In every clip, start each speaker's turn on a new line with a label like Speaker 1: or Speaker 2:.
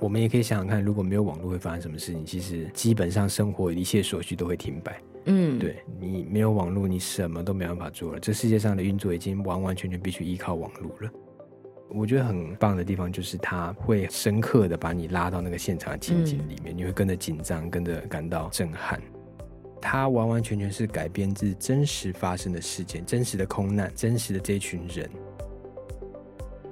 Speaker 1: 我们也可以想想看，如果没有网络会发生什么事情。其实基本上生活一切所需都会停摆。
Speaker 2: 嗯，，
Speaker 1: 对你没有网络，你什么都没办法做了。这世界上的运作已经完完全全必须依靠网络了。我觉得很棒的地方就是它会深刻的把你拉到那个现场的情景
Speaker 2: 嗯
Speaker 1: 里面，你会跟着紧张，跟着感到震撼。它完完全全是改编自真实发生的事件、真实的空难、真实的这一群人。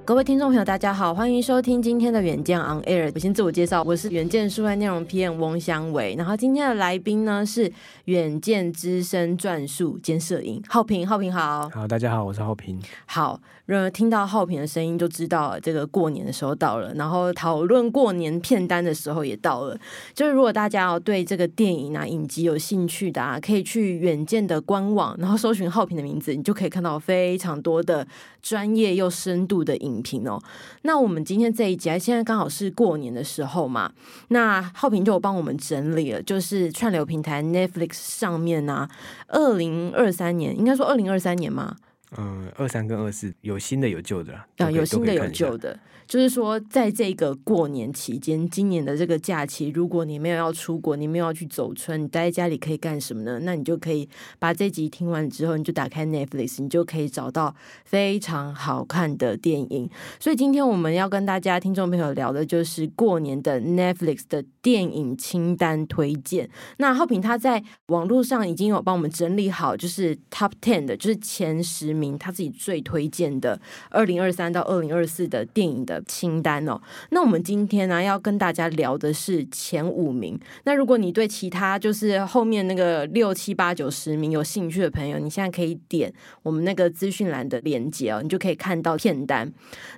Speaker 2: 各位听众朋友，大家好，欢迎收听今天的远见 On Air。我先自我介绍，我是远见数位内容 PM 翁香维，然后今天的来宾呢是远见资深撰述兼摄影浩平，浩平好。
Speaker 1: 好，大家好，我是浩平。
Speaker 2: 好，那听到浩平的声音就知道这个过年的时候到了，然后讨论过年片单的时候也到了。就是如果大家哦对这个电影啊、影集有兴趣的啊，可以去远见的官网，然后搜寻浩平的名字，你就可以看到非常多的专业又深度的影评哦。那我们今天这一集啊，现在刚好是过年的时候嘛，那浩平就有帮我们整理了，就是串流平台 Netflix 上面啊，二零二三年应该说二零二三年嘛，
Speaker 1: 嗯，二三跟二四有新的有旧的啦，
Speaker 2: 啊，有新的有
Speaker 1: 旧
Speaker 2: 旧的，就是说，在这个过年期间，今年的这个假期，如果你没有要出国，你没有要去走村，你待在家里可以干什么呢？那你就可以把这集听完之后，你就打开 Netflix，你就可以找到非常好看的电影。所以今天我们要跟大家听众朋友聊的就是过年的 Netflix 的电影清单推荐。那浩平他在网络上已经有帮我们整理好，就是 Top Ten 的，就是前十名他自己最推荐的二零二三到二零二四的电影的清单哦。那我们今天呢、要跟大家聊的是前五名。那如果你对其他就是后面那个六七八九十名有兴趣的朋友，你现在可以点我们那个资讯栏的链接哦，你就可以看到片单。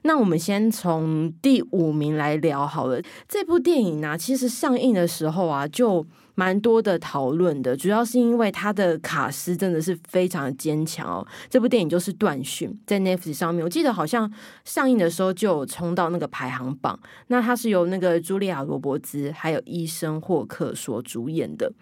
Speaker 2: 那我们先从第五名来聊好了。这部电影呢、其实上映的时候啊，就蛮多的讨论的，主要是因为它的卡斯真的是非常坚强哦。这部电影就是《断讯》，在 Netflix 上面，我记得好像上映的时候就有冲到那个排行榜。那它是由那个茱莉亚·罗伯兹还有医生霍克所主演的。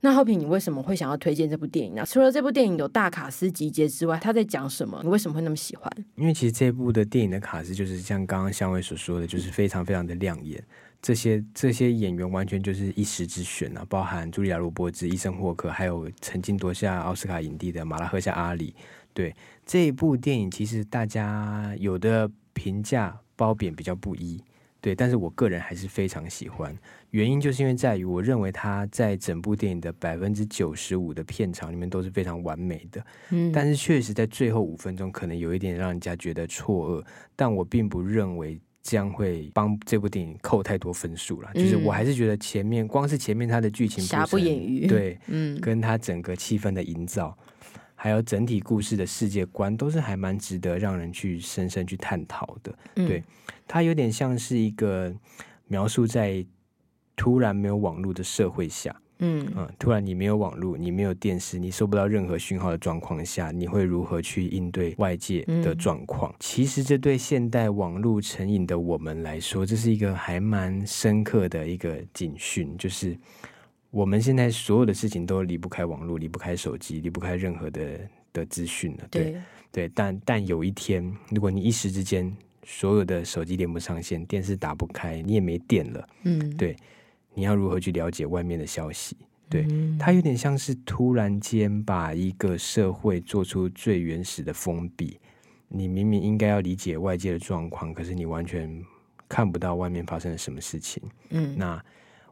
Speaker 2: 那浩平，你为什么会想要推荐这部电影呢、除了这部电影有大卡司集结之外，它在讲什么？你为什么会那么喜欢？
Speaker 1: 因为其实这部的电影的卡司就是像刚刚香伟所说的，就是非常非常的亮眼。这些这些演员完全就是一时之选啊，包含茱莉亚·罗伯兹、伊森·霍克，还有曾经夺下奥斯卡影帝的马拉赫夏·阿里。对这一部电影，其实大家有的评价褒贬比较不一，对，但是我个人还是非常喜欢。原因就是因为在于，我认为它在整部电影的百分之九十五的片场里面都是非常完美的。
Speaker 2: 嗯
Speaker 1: 但是确实在最后五分钟，可能有一点让人家觉得错愕，但我并不认为这样会帮这部电影扣太多分数了。就是我
Speaker 2: 嗯
Speaker 1: 还是觉得前面光是前面它的剧情
Speaker 2: 瑕
Speaker 1: 铺
Speaker 2: 不
Speaker 1: 陈
Speaker 2: 掩瑜
Speaker 1: 对，
Speaker 2: 嗯
Speaker 1: 跟它整个气氛的营造，还有整体故事的世界观，都是还蛮值得让人去深深去探讨的。
Speaker 2: 嗯
Speaker 1: 对它有点像是一个描述在突然没有网络的社会下，
Speaker 2: 嗯
Speaker 1: 嗯，突然你没有网络，你没有电视，你收不到任何讯号的状况下，你会如何去应对外界的
Speaker 2: 嗯
Speaker 1: 状况？其实这对现代网络成瘾的我们来说，这是一个还蛮深刻的一个警讯，就是我们现在所有的事情都离不开网络，离不开手机，离不开任何的的资讯了。对
Speaker 2: 对
Speaker 1: 对，但但有一天，如果你一时之间所有的手机连不上线，电视打不开，你也没电了，
Speaker 2: 嗯
Speaker 1: 对你要如何去了解外面的消息？对
Speaker 2: 嗯
Speaker 1: 它有点像是突然间把一个社会做出最原始的封闭。你明明应该要理解外界的状况，可是你完全看不到外面发生了什么事情。
Speaker 2: 嗯
Speaker 1: 那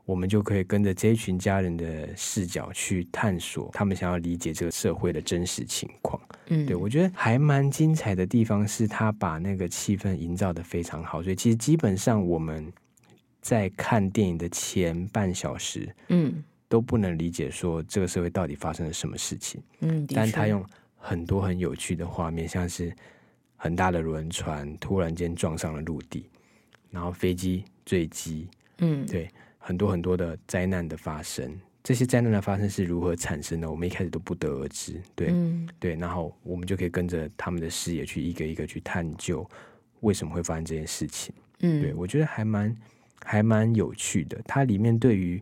Speaker 1: 我们就可以跟着这一群家人的视角去探索他们想要理解这个社会的真实情况。
Speaker 2: 嗯
Speaker 1: 对，我觉得还蛮精彩的地方是他把那个气氛营造的非常好，所以其实基本上我们在看电影的前半小时，
Speaker 2: 嗯
Speaker 1: 都不能理解说这个社会到底发生了什么事情，
Speaker 2: 嗯，的
Speaker 1: 但
Speaker 2: 确
Speaker 1: 他用很多很有趣的画面，像是很大的轮船突然间撞上了陆地，然后飞机坠机，
Speaker 2: 嗯
Speaker 1: 对，很多很多的灾难的发生，这些灾难的发生是如何产生的，我们一开始都不得而知，对，
Speaker 2: 嗯
Speaker 1: 对，然后我们就可以跟着他们的视野去一个一个去探究为什么会发生这件事情。
Speaker 2: 嗯
Speaker 1: 对我觉得还蛮还蛮有趣的。它里面对于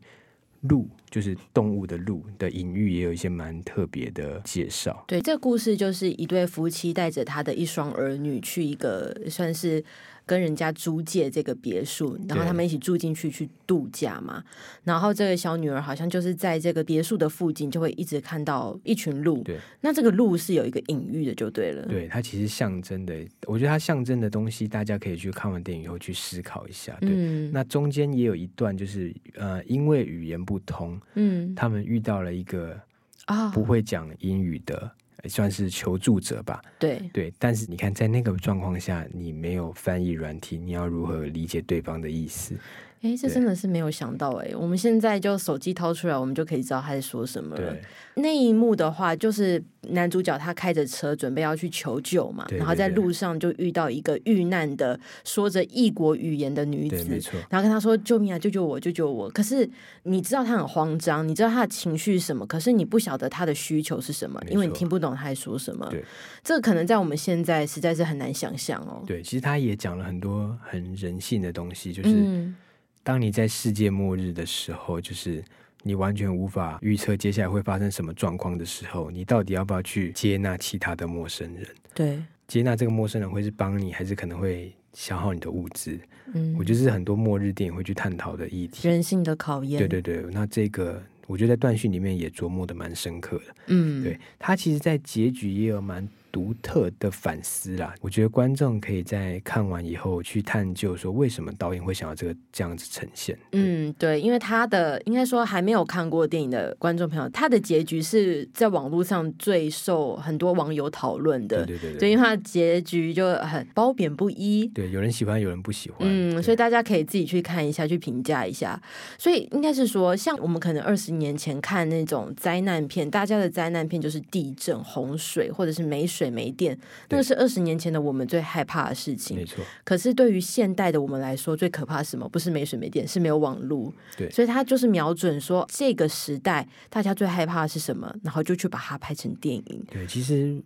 Speaker 1: 路，就是动物的鹿的隐喻也有一些蛮特别的介绍。
Speaker 2: 对，这故事就是一对夫妻带着他的一双儿女去一个算是跟人家租借这个别墅，然后他们一起住进去去度假嘛。然后这个小女儿好像就是在这个别墅的附近，就会一直看到一群鹿。
Speaker 1: 对，
Speaker 2: 那这个鹿是有一个隐喻的，就对了。
Speaker 1: 对，啊它其实象征的，我觉得它象征的东西，大家可以去看完电影以后去思考一下。对，
Speaker 2: 嗯，
Speaker 1: 那中间也有一段就是呃，因为语言不通，
Speaker 2: 嗯
Speaker 1: 他们遇到了一个
Speaker 2: 啊、
Speaker 1: 不会讲英语的，呃算是求助者吧。
Speaker 2: 对
Speaker 1: 对，但是你看，在那个状况下，你没有翻译软体，你要如何理解对方的意思？
Speaker 2: 哎，这
Speaker 1: 对
Speaker 2: 真的是没有想到哎、我们现在就手机掏出来，我们就可以知道他在说什么了
Speaker 1: 对。，
Speaker 2: 那一幕的话，就是男主角他开着车准备要去求救嘛，
Speaker 1: 对
Speaker 2: 然后在
Speaker 1: 对对
Speaker 2: 路上就遇到一个遇难的说着异国语言的女
Speaker 1: 对，没
Speaker 2: 子。
Speaker 1: 错，
Speaker 2: 然后跟他说：“救命啊！救救我！救救我！”可是你知道他很慌张，你知道他的情绪是什么，可是你不晓得他的需求是什么，
Speaker 1: 没错
Speaker 2: 因为你听不懂他在说什么
Speaker 1: 对。
Speaker 2: 这个可能在我们现在实在是很难想象哦。
Speaker 1: 对。其实他也讲了很多很人性的东西，就是
Speaker 2: 嗯，
Speaker 1: 当你在世界末日的时候，就是你完全无法预测接下来会发生什么状况的时候，你到底要不要去接纳其他的陌生人？
Speaker 2: 对，
Speaker 1: 接纳这个陌生人会是帮你，还是可能会消耗你的物资？
Speaker 2: 嗯
Speaker 1: 我，觉得这是很多末日电影会去探讨的议题。
Speaker 2: 人性的考验。
Speaker 1: 对，对对，那这个我觉得在断续里面也琢磨的蛮深刻的。
Speaker 2: 嗯，
Speaker 1: 对他其实，在结局也有蛮独特的反思啦。我觉得观众可以在看完以后去探究，说为什么导演会想要这个这样子呈现。
Speaker 2: 嗯，对，因为他的应该说还没有看过电影的观众朋友，他的结局是在网络上最受很多网友讨论
Speaker 1: 对
Speaker 2: 的，
Speaker 1: 对对
Speaker 2: 对，
Speaker 1: 对，
Speaker 2: 因为他的结局就很褒贬不一。
Speaker 1: 对有人喜欢，有人不喜欢。
Speaker 2: 嗯，所以
Speaker 1: 以
Speaker 2: 大家可以自己去看一下，去评价一下。所以应该是说，像我们可能二十年前看那种灾难片，大家的灾难片就是地震、洪水，或者是没水没电，那
Speaker 1: 对
Speaker 2: 个是二十年前的我们最害怕的事情
Speaker 1: 没。错，
Speaker 2: 可是对于现代的我们来说，最可怕是什么？不是没水没电，是没有网络。
Speaker 1: 对
Speaker 2: 所以他就是瞄准说这个时代大家最害怕的是什么，然后就去把它拍成电影。
Speaker 1: 对，其实。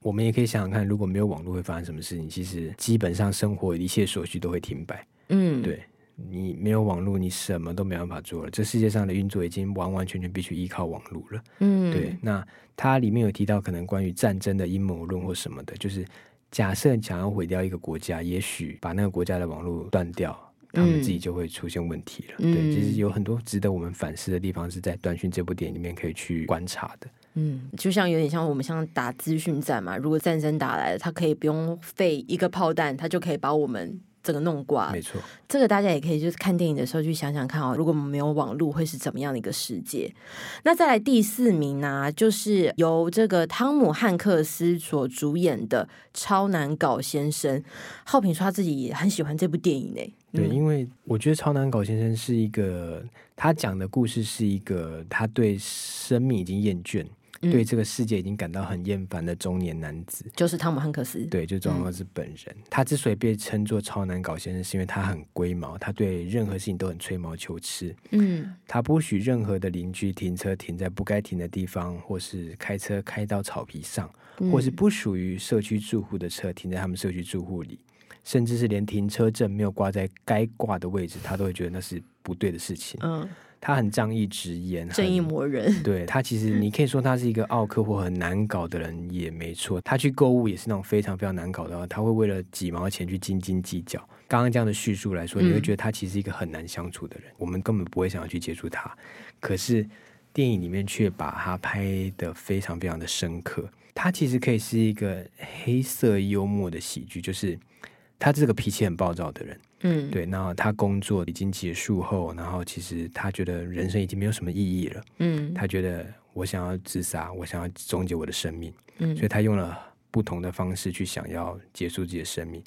Speaker 1: 我们也可以想想看，如果没有网络会发生什么事情。其实基本上生活一切所需都会停摆。
Speaker 2: 嗯，
Speaker 1: 对你没有网络，你什么都没办法做了。这世界上的运作已经完完全全必须依靠网络了。
Speaker 2: 嗯，
Speaker 1: 对，那它里面有提到可能关于战争的阴谋论或什么的，就是假设你想要毁掉一个国家，也许把那个国家的网络断掉。他们自己就会出现问题了。对，其
Speaker 2: 嗯
Speaker 1: 实有很多值得我们反思的地方，是在《短讯》这部电影里面可以去观察的。
Speaker 2: 嗯，就像有点像我们像打资讯战嘛，如果战争打来了，他可以不用费一个炮弹，他就可以把我们。整个弄挂
Speaker 1: 没，错，
Speaker 2: 这个大家也可以就是看电影的时候去想想看哦，如果我们没有网络会是怎么样的一个世界？那再来第四名呢、就是由这个汤姆汉克斯所主演的《超难搞先生》。浩平说他自己也很喜欢这部电影呢。
Speaker 1: 对，
Speaker 2: 嗯
Speaker 1: 因为我觉得超难搞先生是一个，他讲的故事是一个他对生命已经厌倦，
Speaker 2: 嗯
Speaker 1: 对这个世界已经感到很厌烦的中年男子。
Speaker 2: 就是汤姆汉克斯。
Speaker 1: 对，就庄老师本人。他之所以被称作超难搞先生，是因为他很龟毛，他对任何事情都很吹毛求疵。
Speaker 2: 嗯
Speaker 1: 他不许任何的邻居停车停在不该停的地方，或是开车开到草皮上，
Speaker 2: 嗯
Speaker 1: 或是不属于社区住户的车停在他们社区住户里，甚至是连停车证没有挂在该挂的位置，他都会觉得那是不对的事情。
Speaker 2: 嗯，
Speaker 1: 他很仗义直言，
Speaker 2: 正义
Speaker 1: 很
Speaker 2: 魔人。
Speaker 1: 对他，其
Speaker 2: 嗯
Speaker 1: 实你可以说他是一个奥克或很难搞的人也没错。他去购物也是那种非常非常难搞的，哦他会为了几毛钱去斤斤计较。刚刚这样的叙述来说，你会
Speaker 2: 嗯
Speaker 1: 觉得他其实是一个很难相处的人，我们根本不会想要去接触他。可是电影里面却把他拍得非常非常的深刻。他其实可以是一个黑色幽默的喜剧，就是他这个脾气很暴躁的人。
Speaker 2: 嗯，
Speaker 1: 对，那他工作已经结束后，然后其实他觉得人生已经没有什么意义了。
Speaker 2: 嗯
Speaker 1: 他觉得我想要自杀，我想要终结我的生命，所
Speaker 2: 嗯
Speaker 1: 以他用了不同的方式去想要结束自己的生命。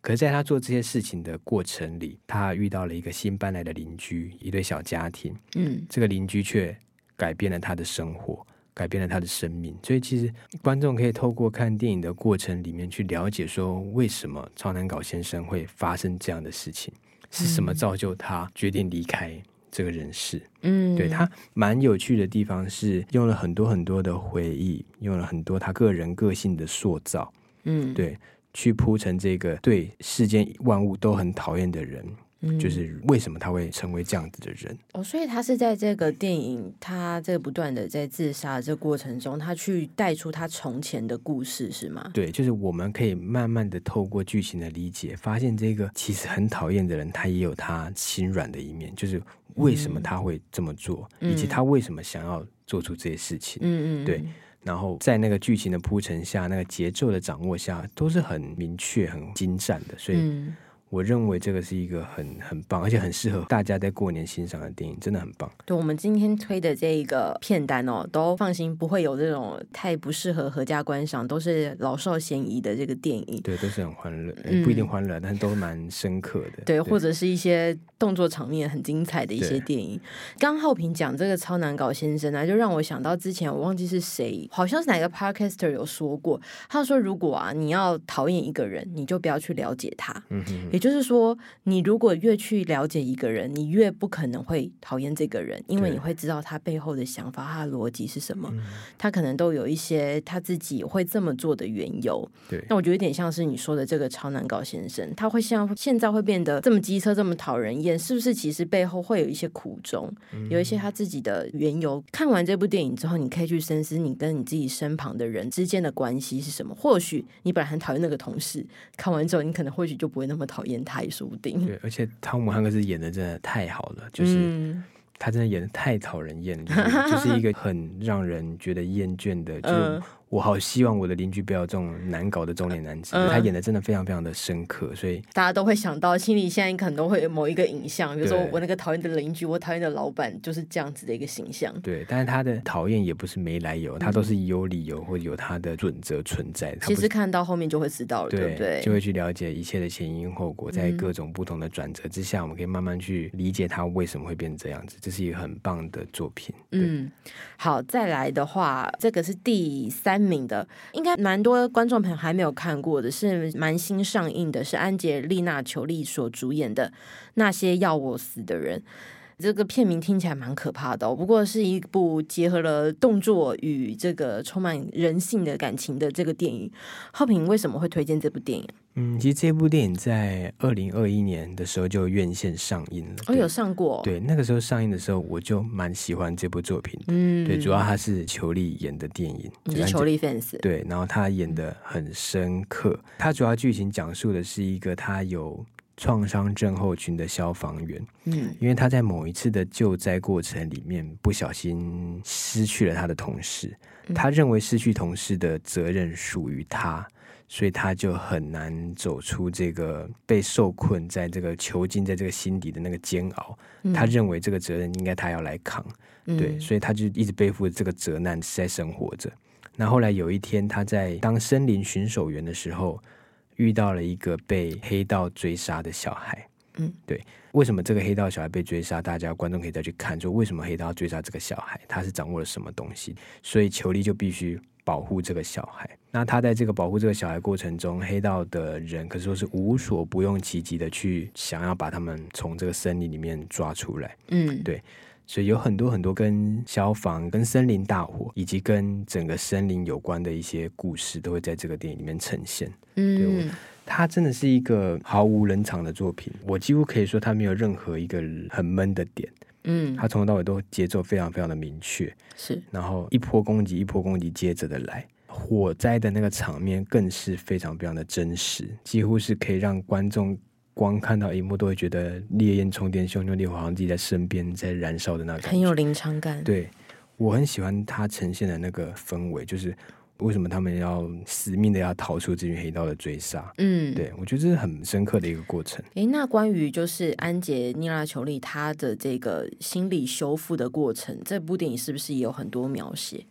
Speaker 1: 可是，在他做这些事情的过程里，他遇到了一个新搬来的邻居，一对小家庭。
Speaker 2: 嗯
Speaker 1: 这个邻居却改变了他的生活，改变了他的生命。所以，其实观众可以透过看电影的过程里面去了解，说为什么超难搞先生会发生这样的事情，是什么造就他决定离开这个人世。
Speaker 2: 嗯，
Speaker 1: 对他蛮有趣的地方是用了很多很多的回忆，用了很多他个人个性的塑造，
Speaker 2: 嗯
Speaker 1: 对，去铺成这个对世间万物都很讨厌的人，
Speaker 2: 嗯
Speaker 1: 就是为什么他会成为这样子的人。
Speaker 2: 哦，所以他是在这个电影，他这不断的在自杀的这过程中，他去带出他从前的故事，是吗？
Speaker 1: 对，就是我们可以慢慢的透过剧情的理解，发现这个其实很讨厌的人，他也有他心软的一面，就是为什么他会这么做，以及
Speaker 2: 嗯
Speaker 1: 他为什么想要做出这些事情。
Speaker 2: 嗯嗯，
Speaker 1: 对然后在那个剧情的铺陈下，那个节奏的掌握下，都是很明确、很精湛的。所以
Speaker 2: 嗯，
Speaker 1: 我认为这个是一个很很棒，而且很适合大家在过年欣赏的电影，真的很棒。
Speaker 2: 对，我们今天推的这一个片单哦，都放心，不会有这种太不适合合家观赏，都是老少咸宜的这个电影。
Speaker 1: 对，都是很欢乐，呃
Speaker 2: 嗯
Speaker 1: 不一定欢乐，但是都蛮深刻的。
Speaker 2: 对，或者是一些动作场面很精彩的一些
Speaker 1: 对
Speaker 2: 电影。刚浩平讲这个超难搞先生啊，就让我想到之前我忘记是谁，好像是哪个 podcaster 有说过，他说如果啊你要讨厌一个人，你就不要去了解他。
Speaker 1: 嗯哼哼，
Speaker 2: 也就是说，你如果越去了解一个人，你越不可能会讨厌这个人，因
Speaker 1: 对
Speaker 2: 为你会知道他背后的想法、他的逻辑是什么，
Speaker 1: 嗯
Speaker 2: 他可能都有一些他自己会这么做的缘由。
Speaker 1: 对
Speaker 2: 那我觉得有点像是你说的这个超难搞先生，他会像现在会变得这么机车、这么讨人厌，是不是？其实背后会有一些苦衷，有一些他自己的缘由。看完这部电影之后，你可以去深思你跟你自己身旁的人之间的关系是什么。或许你本来很讨厌那个同事，看完之后你可能或许就不会那么讨厌他，也说不定。
Speaker 1: 对，而且汤姆汉克斯演的真的太好了， 就是。
Speaker 2: 嗯
Speaker 1: 他真的演的太讨人厌了，就是就是一个很让人觉得厌倦的，就是
Speaker 2: 嗯
Speaker 1: 我好希望我的邻居不要有这种难搞的中年男子。
Speaker 2: 嗯
Speaker 1: 他演的真的非常非常的深刻，所以
Speaker 2: 大家都会想到心里现在可能都会有某一个影像，比如说
Speaker 1: 对
Speaker 2: 我那个讨厌的邻居，我讨厌的老板，就是这样子的一个形象。
Speaker 1: 对，但是他的讨厌也不是没来由，他都是有理由或者有他的准则存在。他
Speaker 2: 嗯其
Speaker 1: 不
Speaker 2: 实
Speaker 1: 是
Speaker 2: 看到后面就会知道了，对不对？嗯
Speaker 1: 就会去了解一切的前因后果，在各种不同的转折之下，我们可以慢慢去理解他为什么会变成这样子。这是一个很棒的作品。对，
Speaker 2: 嗯，好，再来的话，这个是第三名的，应该蛮多观众朋友还没有看过的，是蛮新上映的，是安杰丽娜·裘丽所主演的《那些要我死的人》。这个片名听起来蛮可怕的、哦，不过是一部结合了动作与这个充满人性的感情的这个电影。浩平为什么会推荐这部电影？
Speaker 1: 嗯，其实这部电影在二零二一年的时候就院线上映了。
Speaker 2: 哦，
Speaker 1: 对
Speaker 2: 有上过、，
Speaker 1: 对，那个时候上映的时候，我就蛮喜欢这部作品的。
Speaker 2: 嗯，
Speaker 1: 对，主要他是裘丽演的电影，
Speaker 2: 你
Speaker 1: 就是是
Speaker 2: 裘丽 fans，
Speaker 1: 对，然后他演的很深刻。他主要剧情讲述的是一个他有创伤症候群的消防员，
Speaker 2: 嗯
Speaker 1: 因为他在某一次的救灾过程里面不小心失去了他的同事，他认为失去同事的责任属于他。所以他就很难走出这个被受困在这个囚禁在这个心底的那个煎熬。
Speaker 2: 嗯，
Speaker 1: 他认为这个责任应该他要来扛，对，
Speaker 2: 嗯
Speaker 1: 所以他就一直背负着这个责难在生活着。那后来有一天，他在当森林巡守员的时候，遇到了一个被黑道追杀的小孩。
Speaker 2: 嗯，
Speaker 1: 对。为什么这个黑道小孩被追杀？大家观众可以再去看，说为什么黑道要追杀这个小孩？他是掌握了什么东西？所以裘力就必须保护这个小孩。那他在这个保护这个小孩过程中，黑道的人可以说是无所不用其极的去想要把他们从这个森林里面抓出来。
Speaker 2: 嗯
Speaker 1: 对所以有很多很多跟消防、跟森林大火，以及跟整个森林有关的一些故事，都会在这个电影里面呈现。对我
Speaker 2: 嗯。
Speaker 1: 它真的是一个毫无冷场的作品，我几乎可以说它没有任何一个很闷的点，
Speaker 2: 嗯，
Speaker 1: 它从头到尾都节奏非常非常的明确，
Speaker 2: 是，
Speaker 1: 然后一波攻击一波攻击接着的来。火灾的那个场面更是非常非常的真实，几乎是可以让观众光看到一幕都会觉得烈焰冲天，熊熊烈火好像自己在身边在燃烧的那种感觉，
Speaker 2: 很有临场感。
Speaker 1: 对，我很喜欢它呈现的那个氛围，就是为什么他们要死命的要逃出这群黑道的追杀。
Speaker 2: 嗯，。
Speaker 1: 对，我觉得这是很深刻的一个过程。
Speaker 2: 诶，那关于就是安杰·妮拉·裘丽她的这个心理修复的过程，这部电影是不是也有很多描写？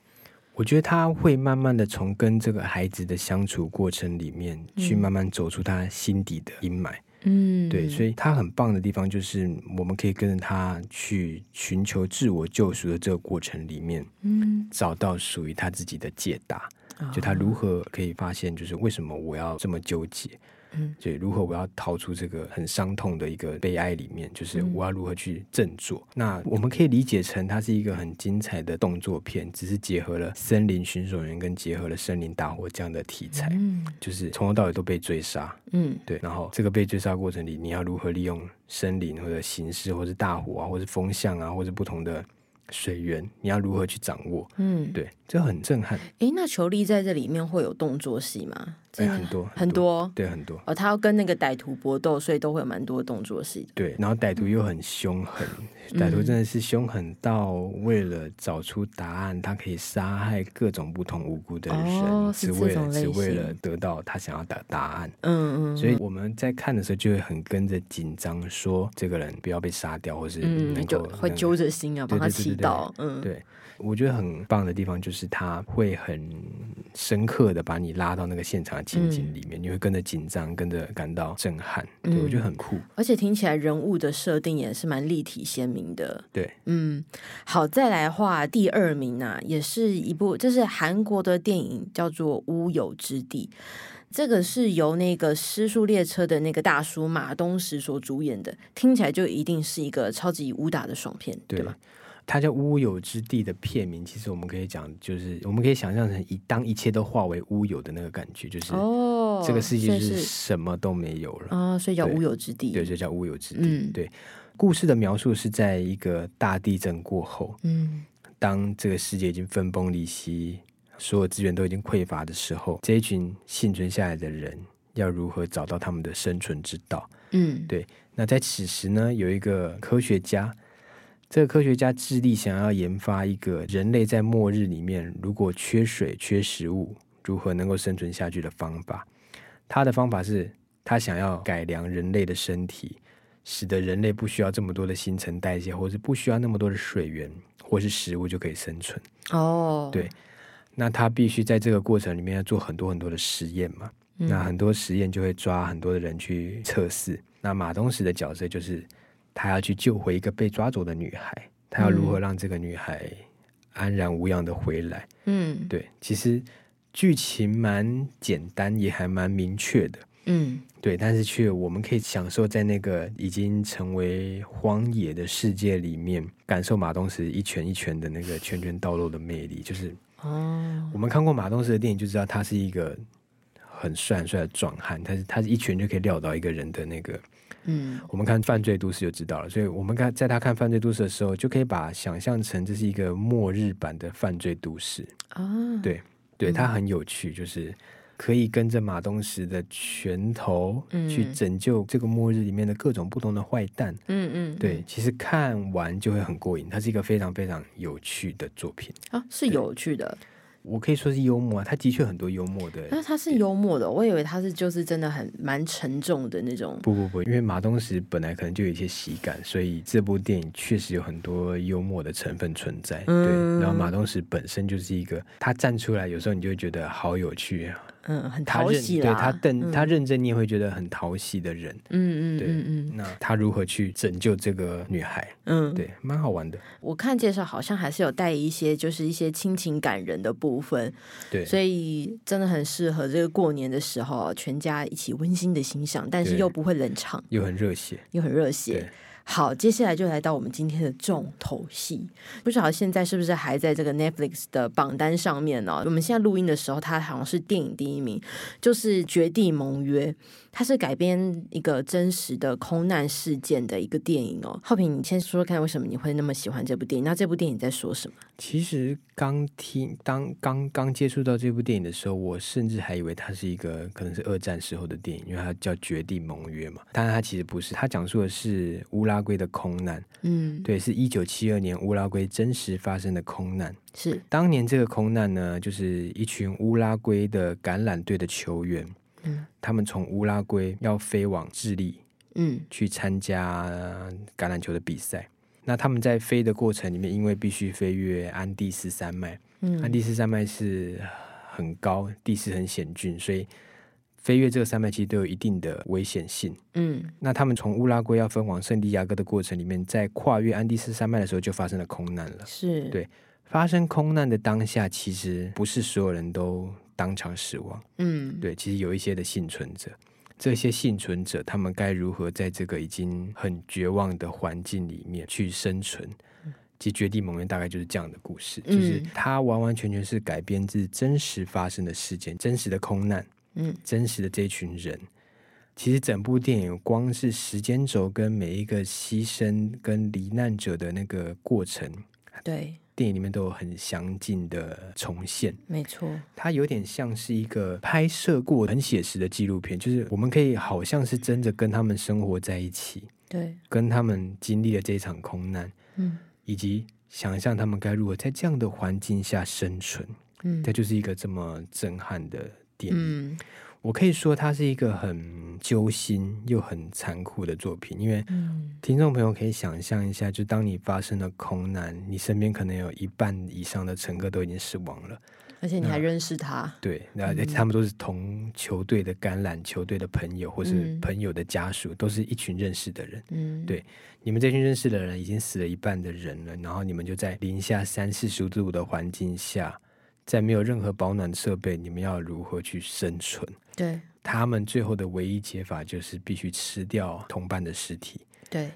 Speaker 1: 我觉得他会慢慢的从跟这个孩子的相处过程里面，去
Speaker 2: 嗯
Speaker 1: 慢慢走出他心底的阴霾。
Speaker 2: 嗯
Speaker 1: 对，所以他很棒的地方就是，我们可以跟着他去寻求自我救赎的这个过程里面，
Speaker 2: 嗯，
Speaker 1: 找到属于他自己的解答。就他
Speaker 2: 哦
Speaker 1: 如何可以发现，就是为什么我要这么纠结，
Speaker 2: 嗯
Speaker 1: 对，如何我要逃出这个很伤痛的一个悲哀里面，就是
Speaker 2: 嗯
Speaker 1: 我要如何去振作。那我们可以理解成它是一个很精彩的动作片，只是结合了森林巡守员跟结合了森林大火这样的题材，
Speaker 2: 嗯
Speaker 1: 就是从头到尾都被追杀。
Speaker 2: 嗯
Speaker 1: 对，然后这个被追杀过程里，你要如何利用森林或者形势，或是大火啊，或是风向啊，或是不同的水源，你要如何去掌握？
Speaker 2: 嗯，
Speaker 1: 对，这很震撼，
Speaker 2: 诶，那球力在这里面会有动作戏吗？
Speaker 1: 哎，
Speaker 2: 真的
Speaker 1: 很多
Speaker 2: 很，多
Speaker 1: 对，很多。
Speaker 2: 哦，他要跟那个歹徒搏斗，所以都会有蛮多动作戏的。
Speaker 1: 对，然后歹徒又
Speaker 2: 嗯
Speaker 1: 很凶狠，歹徒真的是凶狠到为了找出答案，他可以杀害各种不同无辜的人，
Speaker 2: 哦是
Speaker 1: 只
Speaker 2: 这
Speaker 1: 为了
Speaker 2: 种
Speaker 1: 只
Speaker 2: 类
Speaker 1: 为
Speaker 2: 型
Speaker 1: 了得到他想要的答案。
Speaker 2: 嗯嗯，
Speaker 1: 所以我们在看的时候就会很跟着紧张，说这个人不要被杀掉，或是能够
Speaker 2: 嗯，就会
Speaker 1: 能
Speaker 2: 揪着心啊，
Speaker 1: 对
Speaker 2: 帮他
Speaker 1: 对对
Speaker 2: 祈
Speaker 1: 对对
Speaker 2: 祷。嗯，
Speaker 1: 对，我觉得很棒的地方就是他会很深刻的把你拉到那个现场的情景
Speaker 2: 嗯
Speaker 1: 里面，你会跟着紧张，跟着感到震撼。对、我觉
Speaker 2: 嗯
Speaker 1: 得很酷。
Speaker 2: 而且听起来人物的设定也是蛮立体鲜明的。
Speaker 1: 对，
Speaker 2: 嗯，好，再来的话第二名呢、也是一部，这是韩国的电影，叫做《乌有之地》。这个是由那个《失速列车》的那个大叔马东石所主演的，听起来就一定是一个超级武打的爽片，对
Speaker 1: 对
Speaker 2: 吧？
Speaker 1: 它叫《乌有之地》的片名，其实我们可以讲，就是我们可以想象成一当一切都化为乌有的那个感觉，就是
Speaker 2: 哦，
Speaker 1: 这个世界
Speaker 2: 所以
Speaker 1: 就是
Speaker 2: 是
Speaker 1: 什么都没有了。
Speaker 2: 啊、所以叫《
Speaker 1: 对
Speaker 2: 乌有之地》。
Speaker 1: 对，就叫乌有之地。
Speaker 2: 嗯
Speaker 1: 对，故事的描述是在一个大地震过后，
Speaker 2: 嗯
Speaker 1: 当这个世界已经分崩离析，所有资源都已经匮乏的时候，这一群幸存下来的人要如何找到他们的生存之道？
Speaker 2: 嗯，
Speaker 1: 对那在此时呢，有一个科学家，这个科学家致力想要研发一个人类在末日里面如果缺水、缺食物，如何能够生存下去的方法。他的方法是，他想要改良人类的身体，使得人类不需要这么多的新陈代谢，或是不需要那么多的水源或是食物就可以生存。
Speaker 2: 哦，
Speaker 1: 对那他必须在这个过程里面要做很多很多的实验嘛。
Speaker 2: 嗯，
Speaker 1: 那很多实验就会抓很多的人去测试。那马东石的角色就是他要去救回一个被抓走的女孩，他要如何让这个女孩安然无恙的回来？
Speaker 2: 嗯
Speaker 1: 对，其实剧情蛮简单，也还蛮明确的。
Speaker 2: 嗯
Speaker 1: 对，但是却我们可以享受在那个已经成为荒野的世界里面，感受马东石一拳一拳的那个拳拳到肉的魅力。就是
Speaker 2: 哦，
Speaker 1: 我们看过马东石的电影，就知道他是一个很帅很帅的壮汉，但是他是一拳就可以撂倒一个人的那个。
Speaker 2: 嗯
Speaker 1: 我们看《犯罪都市》就知道了，所以我们看在他看《犯罪都市》的时候，就可以把想象成这是一个末日版的《犯罪都市》。
Speaker 2: 啊，
Speaker 1: 对对，它很有趣，就是可以跟着马东石的拳头去
Speaker 2: 嗯
Speaker 1: 拯救这个末日里面的各种不同的坏蛋。
Speaker 2: 嗯嗯，
Speaker 1: 对，其实看完就会很过瘾，它是一个非常非常有趣的作品。
Speaker 2: 啊，是
Speaker 1: 对
Speaker 2: 有趣的。
Speaker 1: 我可以说是幽默啊，它的确很多幽默的
Speaker 2: 但是它是幽默的，我以为它是就是真的很蛮沉重的那种。
Speaker 1: 不不不，因为马东石本来可能就有一些喜感，所以这部电影确实有很多幽默的成分存在。
Speaker 2: 嗯
Speaker 1: 对，然后马东石本身就是一个，他站出来有时候你就会觉得好有趣，啊
Speaker 2: 嗯，很
Speaker 1: 他
Speaker 2: 讨
Speaker 1: 认
Speaker 2: 喜
Speaker 1: 对
Speaker 2: 啦。
Speaker 1: 他认、
Speaker 2: 嗯
Speaker 1: 他认真，你也会觉得很讨喜的人。
Speaker 2: 嗯嗯
Speaker 1: 对
Speaker 2: 嗯嗯
Speaker 1: 那他如何去拯救这个女孩？
Speaker 2: 嗯，
Speaker 1: 对，蛮好玩的。
Speaker 2: 我看介绍好像还是有带一些就是一些亲情感人的部分，
Speaker 1: 对，
Speaker 2: 所以真的很适合这个过年的时候全家一起温馨的欣赏，但是
Speaker 1: 对
Speaker 2: 又不会冷场，
Speaker 1: 又很热血。
Speaker 2: 又很热
Speaker 1: 对
Speaker 2: 血。，好，接下来就来到我们今天的重头戏。不知道现在是不是还在这个 Netflix 的榜单上面哦呢、我们现在录音的时候，它好像是电影第一名，就是《绝地盟约》，它是改编一个真实的空难事件的一个电影哦。浩平，你先说说看，为什么你会那么喜欢这部电影？那这部电影在说什么？
Speaker 1: 其实刚听当刚刚接触到这部电影的时候，我甚至还以为它是一个可能是二战时候的电影，因为它叫《绝地盟约》嘛。但是它其实不是，它讲述的是乌拉圭的空难，
Speaker 2: 嗯，
Speaker 1: 对，是一九七二年乌拉圭真实发生的空难。
Speaker 2: 是，
Speaker 1: 当年这个空难呢，就是一群乌拉圭的橄榄队的球员，
Speaker 2: 嗯
Speaker 1: 他们从乌拉圭要飞往智利，
Speaker 2: 嗯
Speaker 1: 去参加橄榄球的比赛。那他们在飞的过程里面，因为必须飞越安第斯山脉，安
Speaker 2: 嗯
Speaker 1: 第斯山脉是很高，地势很险峻，所以飞越这个山脉其实都有一定的危险性。
Speaker 2: 嗯
Speaker 1: 那他们从乌拉圭要飞往圣地亚哥的过程里面，在跨越安第斯山脉的时候就发生了空难了。
Speaker 2: 是，
Speaker 1: 对发生空难的当下，其实不是所有人都当场死亡，
Speaker 2: 嗯
Speaker 1: 对，其实有一些的幸存者。这些幸存者他们该如何在这个已经很绝望的环境里面去生存。其实《绝地猛人》大概就是这样的故事，就是
Speaker 2: 嗯
Speaker 1: 它完完全全是改编自真实发生的事件、真实的空难、
Speaker 2: 嗯
Speaker 1: 真实的这一群人。其实整部电影光是时间轴跟每一个牺牲跟罹难者的那个过程，
Speaker 2: 对，
Speaker 1: 电影里面都有很详尽的重现。
Speaker 2: 没错，
Speaker 1: 它有点像是一个拍摄过很写实的纪录片，就是我们可以好像是真的跟他们生活在一起，
Speaker 2: 对，
Speaker 1: 跟他们经历了这一场空难，
Speaker 2: 嗯
Speaker 1: 以及想象他们该如何在这样的环境下生存。
Speaker 2: 嗯
Speaker 1: 这就是一个这么震撼的电影。
Speaker 2: 嗯
Speaker 1: 我可以说它是一个很揪心又很残酷的作品，因为
Speaker 2: 嗯，
Speaker 1: 听众朋友可以想象一下，就当你发生了空难，你身边可能有一半以上的乘客都已经死亡了。
Speaker 2: 而且你
Speaker 1: 嗯
Speaker 2: 还认识他，
Speaker 1: 对，那而且他们都是同球队的橄榄球队的朋友，或是
Speaker 2: 嗯
Speaker 1: 朋友的家属，都是一群认识的人。
Speaker 2: 嗯，
Speaker 1: 对你们这群认识的人已经死了一半的人了，然后你们就在零下三四十度的环境下，在没有任何保暖设备，你们要如何去生存？
Speaker 2: 对
Speaker 1: 他们最后的唯一解法就是必须吃掉同伴的尸体。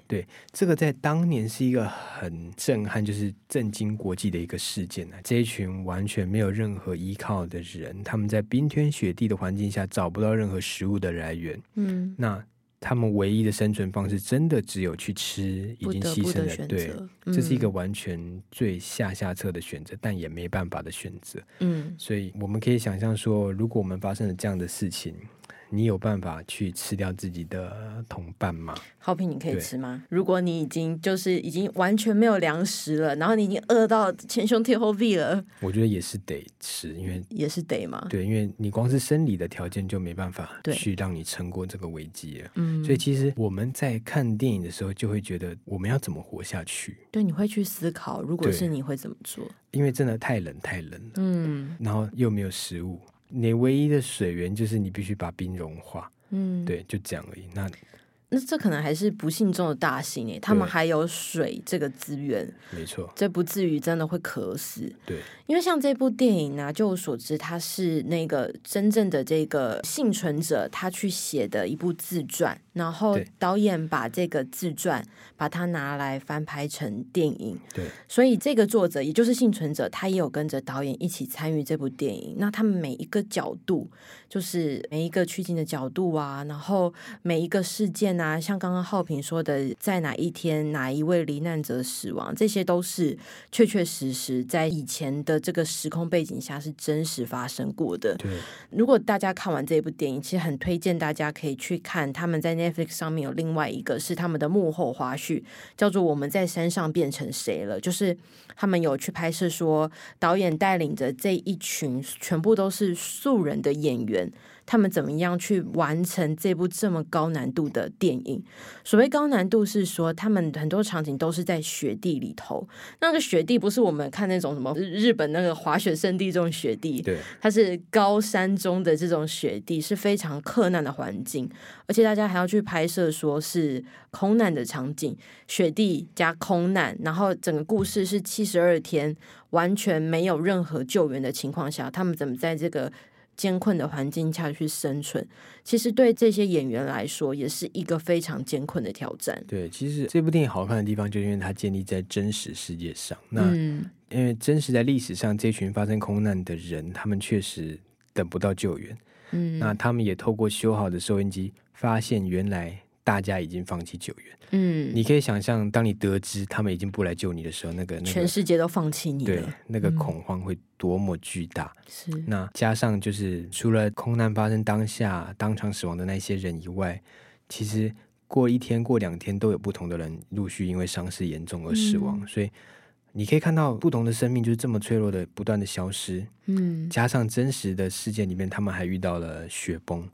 Speaker 2: 对，
Speaker 1: 这个在当年是一个很震撼，就是震惊国际的一个事件啊！这一群完全没有任何依靠的人，他们在冰天雪地的环境下找不到任何食物的来源，
Speaker 2: 嗯，
Speaker 1: 那他们唯一的生存方式，真的只有去吃已
Speaker 2: 不
Speaker 1: 经
Speaker 2: 得
Speaker 1: 牺
Speaker 2: 不
Speaker 1: 牲
Speaker 2: 的
Speaker 1: 的，
Speaker 2: 选
Speaker 1: 对，
Speaker 2: 择，
Speaker 1: 这是一个
Speaker 2: 嗯
Speaker 1: 完全最下下策的选择，但也没办法的选择。
Speaker 2: 嗯
Speaker 1: 所以我们可以想象说，如果我们发生了这样的事情，你有办法去吃掉自己的同伴吗？
Speaker 2: 好评你可以
Speaker 1: 对
Speaker 2: 吃吗？如果你已经就是已经完全没有粮食了，然后你已经饿到前胸贴后壁了，
Speaker 1: 我觉得也是得吃，因为
Speaker 2: 也是得嘛。
Speaker 1: 哎对，因为你光是生理的条件就没办法
Speaker 2: 对
Speaker 1: 去让你撑过这个危机了。
Speaker 2: 嗯，
Speaker 1: 所以其实我们在看电影的时候，就会觉得我们要怎么活下去，
Speaker 2: 对你会去思考，如果
Speaker 1: 对
Speaker 2: 是你会怎么做？
Speaker 1: 因为真的太冷太冷了，
Speaker 2: 嗯
Speaker 1: 然后又没有食物，你唯一的水源就是你必须把冰融化，
Speaker 2: 嗯，。
Speaker 1: 对，就这样而已。那
Speaker 2: 那这可能还是不幸中的大幸诶，他们
Speaker 1: 对
Speaker 2: 还有水这个资源，
Speaker 1: 没错，
Speaker 2: 这不至于真的会渴死。
Speaker 1: 对，
Speaker 2: 因为像这部电影呢、就我所知，它是那个真正的这个幸存者他去写的一部自传，然后
Speaker 1: 对
Speaker 2: 导演把这个自传把它拿来翻拍成电影，
Speaker 1: 对，
Speaker 2: 所以这个作者也就是幸存者，他也有跟着导演一起参与这部电影。那他们每一个角度，就是每一个取景的角度啊，然后每一个事件啊，像刚刚浩平说的，在哪一天哪一位罹难者死亡，这些都是确确实实在以前的这个时空背景下是真实发生过的。
Speaker 1: 对，
Speaker 2: 如果大家看完这部电影，其实很推荐大家可以去看他们在 Netflix 上面有另外一个是他们的幕后花絮，叫做《我们在山上变成谁了》，就是他们有去拍摄说导演带领着这一群全部都是素人的演员，他们怎么样去完成这部这么高难度的电影。所谓高难度是说，他们很多场景都是在雪地里头，那个雪地不是我们看那种什么日本那个滑雪圣地这种雪地，
Speaker 1: 对，
Speaker 2: 它是高山中的这种雪地，是非常克难的环境，而且大家还要去拍摄，说是空难的场景，雪地加空难，然后整个故事是七十二天，完全没有任何救援的情况下，他们怎么在这个艰困的环境下去生存？其实对这些演员来说，也是一个非常艰困的挑战。
Speaker 1: 对。其实这部电影好看的地方，就是因为它建立在真实世界上。那、
Speaker 2: 嗯，
Speaker 1: 因为真实在历史上，这群发生空难的人，他们确实等不到救援。
Speaker 2: 嗯
Speaker 1: 那他们也透过修好的收音机，发现原来大家已经放弃救援。
Speaker 2: 嗯，
Speaker 1: 你可以想象，当你得知他们已经不来救你的时候，那个那
Speaker 2: 全
Speaker 1: 个
Speaker 2: 世界都放弃你嗯
Speaker 1: 对啊
Speaker 2: 了，
Speaker 1: 那个
Speaker 2: 嗯
Speaker 1: 恐慌会多么巨大。
Speaker 2: 是
Speaker 1: 那加上就是除了空难发生当下当场死亡的那些人以外，其实过一天、过两天都有不同的人陆续因为伤势严重而死亡，
Speaker 2: 嗯
Speaker 1: 所以你可以看到不同的生命就是这么脆弱的不断的消失，
Speaker 2: 嗯
Speaker 1: 加上真实的事件里面，他们还遇到了雪崩，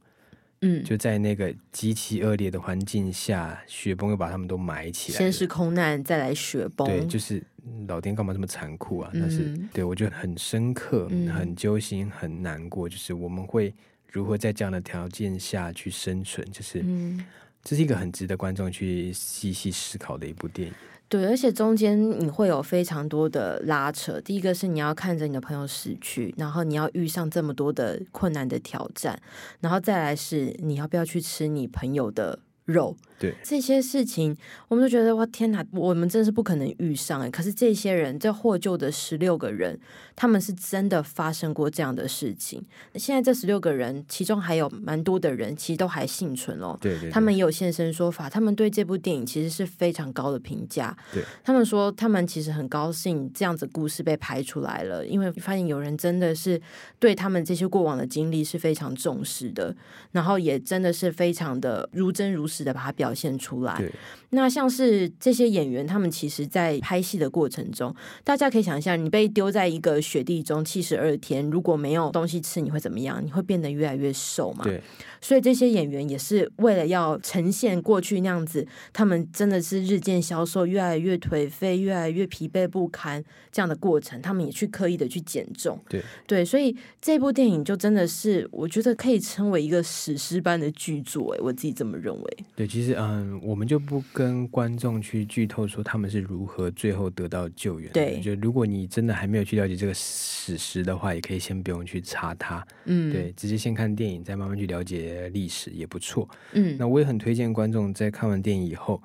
Speaker 2: 嗯，
Speaker 1: 就在那个极其恶劣的环境下，雪崩又把他们都埋起来了。
Speaker 2: 先是空难，再来雪崩，
Speaker 1: 对，就是老天干嘛这么残酷啊？但是
Speaker 2: 嗯
Speaker 1: 对我觉得很深刻、
Speaker 2: 嗯
Speaker 1: 很揪心、很难过，就是我们会如何在这样的条件下去生存？就是
Speaker 2: 嗯
Speaker 1: 这是一个很值得观众去细细思考的一部电影。
Speaker 2: 对，而且中间你会有非常多的拉扯。第一个是你要看着你的朋友死去，然后你要遇上这么多的困难的挑战，然后再来是你要不要去吃你朋友的肉。
Speaker 1: 对，
Speaker 2: 这些事情，我们就觉得哇天哪，我们真的是不可能遇上哎。可是这些人，这获救的十六个人，他们是真的发生过这样的事情。现在这十六个人，其中还有蛮多的人，其实都还幸存哦。
Speaker 1: 对对对
Speaker 2: 他们也有现身说法，他们对这部电影其实是非常高的评价。
Speaker 1: 对，
Speaker 2: 他们说他们其实很高兴这样子故事被拍出来了，因为发现有人真的是对他们这些过往的经历是非常重视的，然后也真的是非常的如真如实的把它表现出来。
Speaker 1: 对
Speaker 2: 那像是这些演员，他们其实，在拍戏的过程中，大家可以想象，你被丢在一个雪地中七十二天，如果没有东西吃，你会怎么样？你会变得越来越瘦嘛？
Speaker 1: 对
Speaker 2: 所以这些演员也是为了要呈现过去那样子，他们真的是日渐消瘦，越来越颓废，越来越疲惫不堪这样的过程，他们也去刻意的去减重。
Speaker 1: 对
Speaker 2: 对，所以这部电影就真的是我觉得可以称为一个史诗般的巨作，欸诶，我自己这么认为。
Speaker 1: 对，其实嗯，我们就不跟观众去剧透说他们是如何最后得到救援的。
Speaker 2: 对
Speaker 1: 就如果你真的还没有去了解这个史实的话，也可以先不用去查它，
Speaker 2: 嗯，
Speaker 1: 对，直接先看电影，再慢慢去了解历史也不错。
Speaker 2: 嗯，
Speaker 1: 那我也很推荐观众在看完电影以后，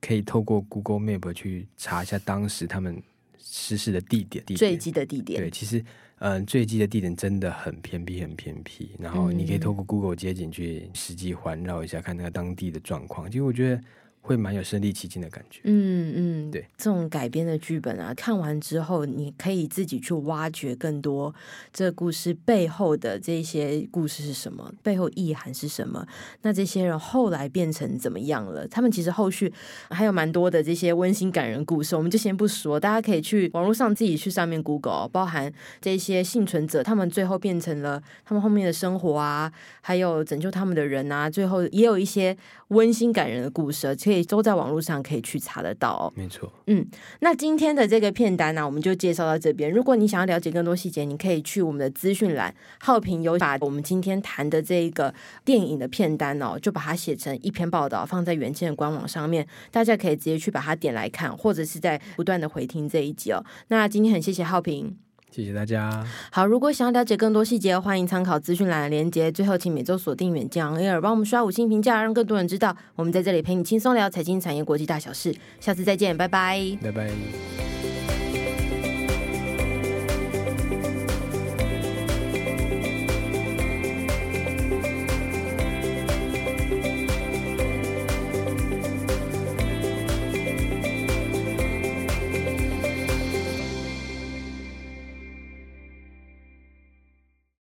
Speaker 1: 可以透过 Google Map 去查一下当时他们实施的地点。地
Speaker 2: 坠
Speaker 1: 点
Speaker 2: 机的地点，
Speaker 1: 对，其实嗯、呃坠机的地点真的很偏僻，很偏僻。然后你可以透过 Google 街景去实际环绕一下，看那个当地的状况。其实我觉得会蛮有身临其境的感觉。
Speaker 2: 嗯嗯，
Speaker 1: 对，
Speaker 2: 这种改编的剧本啊，看完之后，你可以自己去挖掘更多这个故事背后的这些故事是什么，背后意涵是什么。那这些人后来变成怎么样了？他们其实后续还有蛮多的这些温馨感人故事，我们就先不说，大家可以去网络上自己去上面 Google，哦包含这些幸存者，他们最后变成了他们后面的生活啊，还有拯救他们的人啊，最后也有一些温馨感人的故事，啊可以都在网络上可以去查得到、哦。
Speaker 1: 没错，
Speaker 2: 那今天的这个片单呢、我们就介绍到这边。如果你想要了解更多细节，你可以去我们的资讯栏，浩平有把我们今天谈的这一个电影的片单哦，就把它写成一篇报道，放在原件的官网上面，大家可以直接去把它点来看，或者是在不断的回听这一集哦。那今天很谢谢浩平。
Speaker 1: 谢谢大家，
Speaker 2: 好，如果想要了解更多细节，欢迎参考资讯栏的连接。最后，请每周锁定远见 On Air，帮我们刷五星评价，让更多人知道我们在这里陪你轻松聊财经、产业、国际大小事。下次再见，拜拜。
Speaker 1: 拜拜。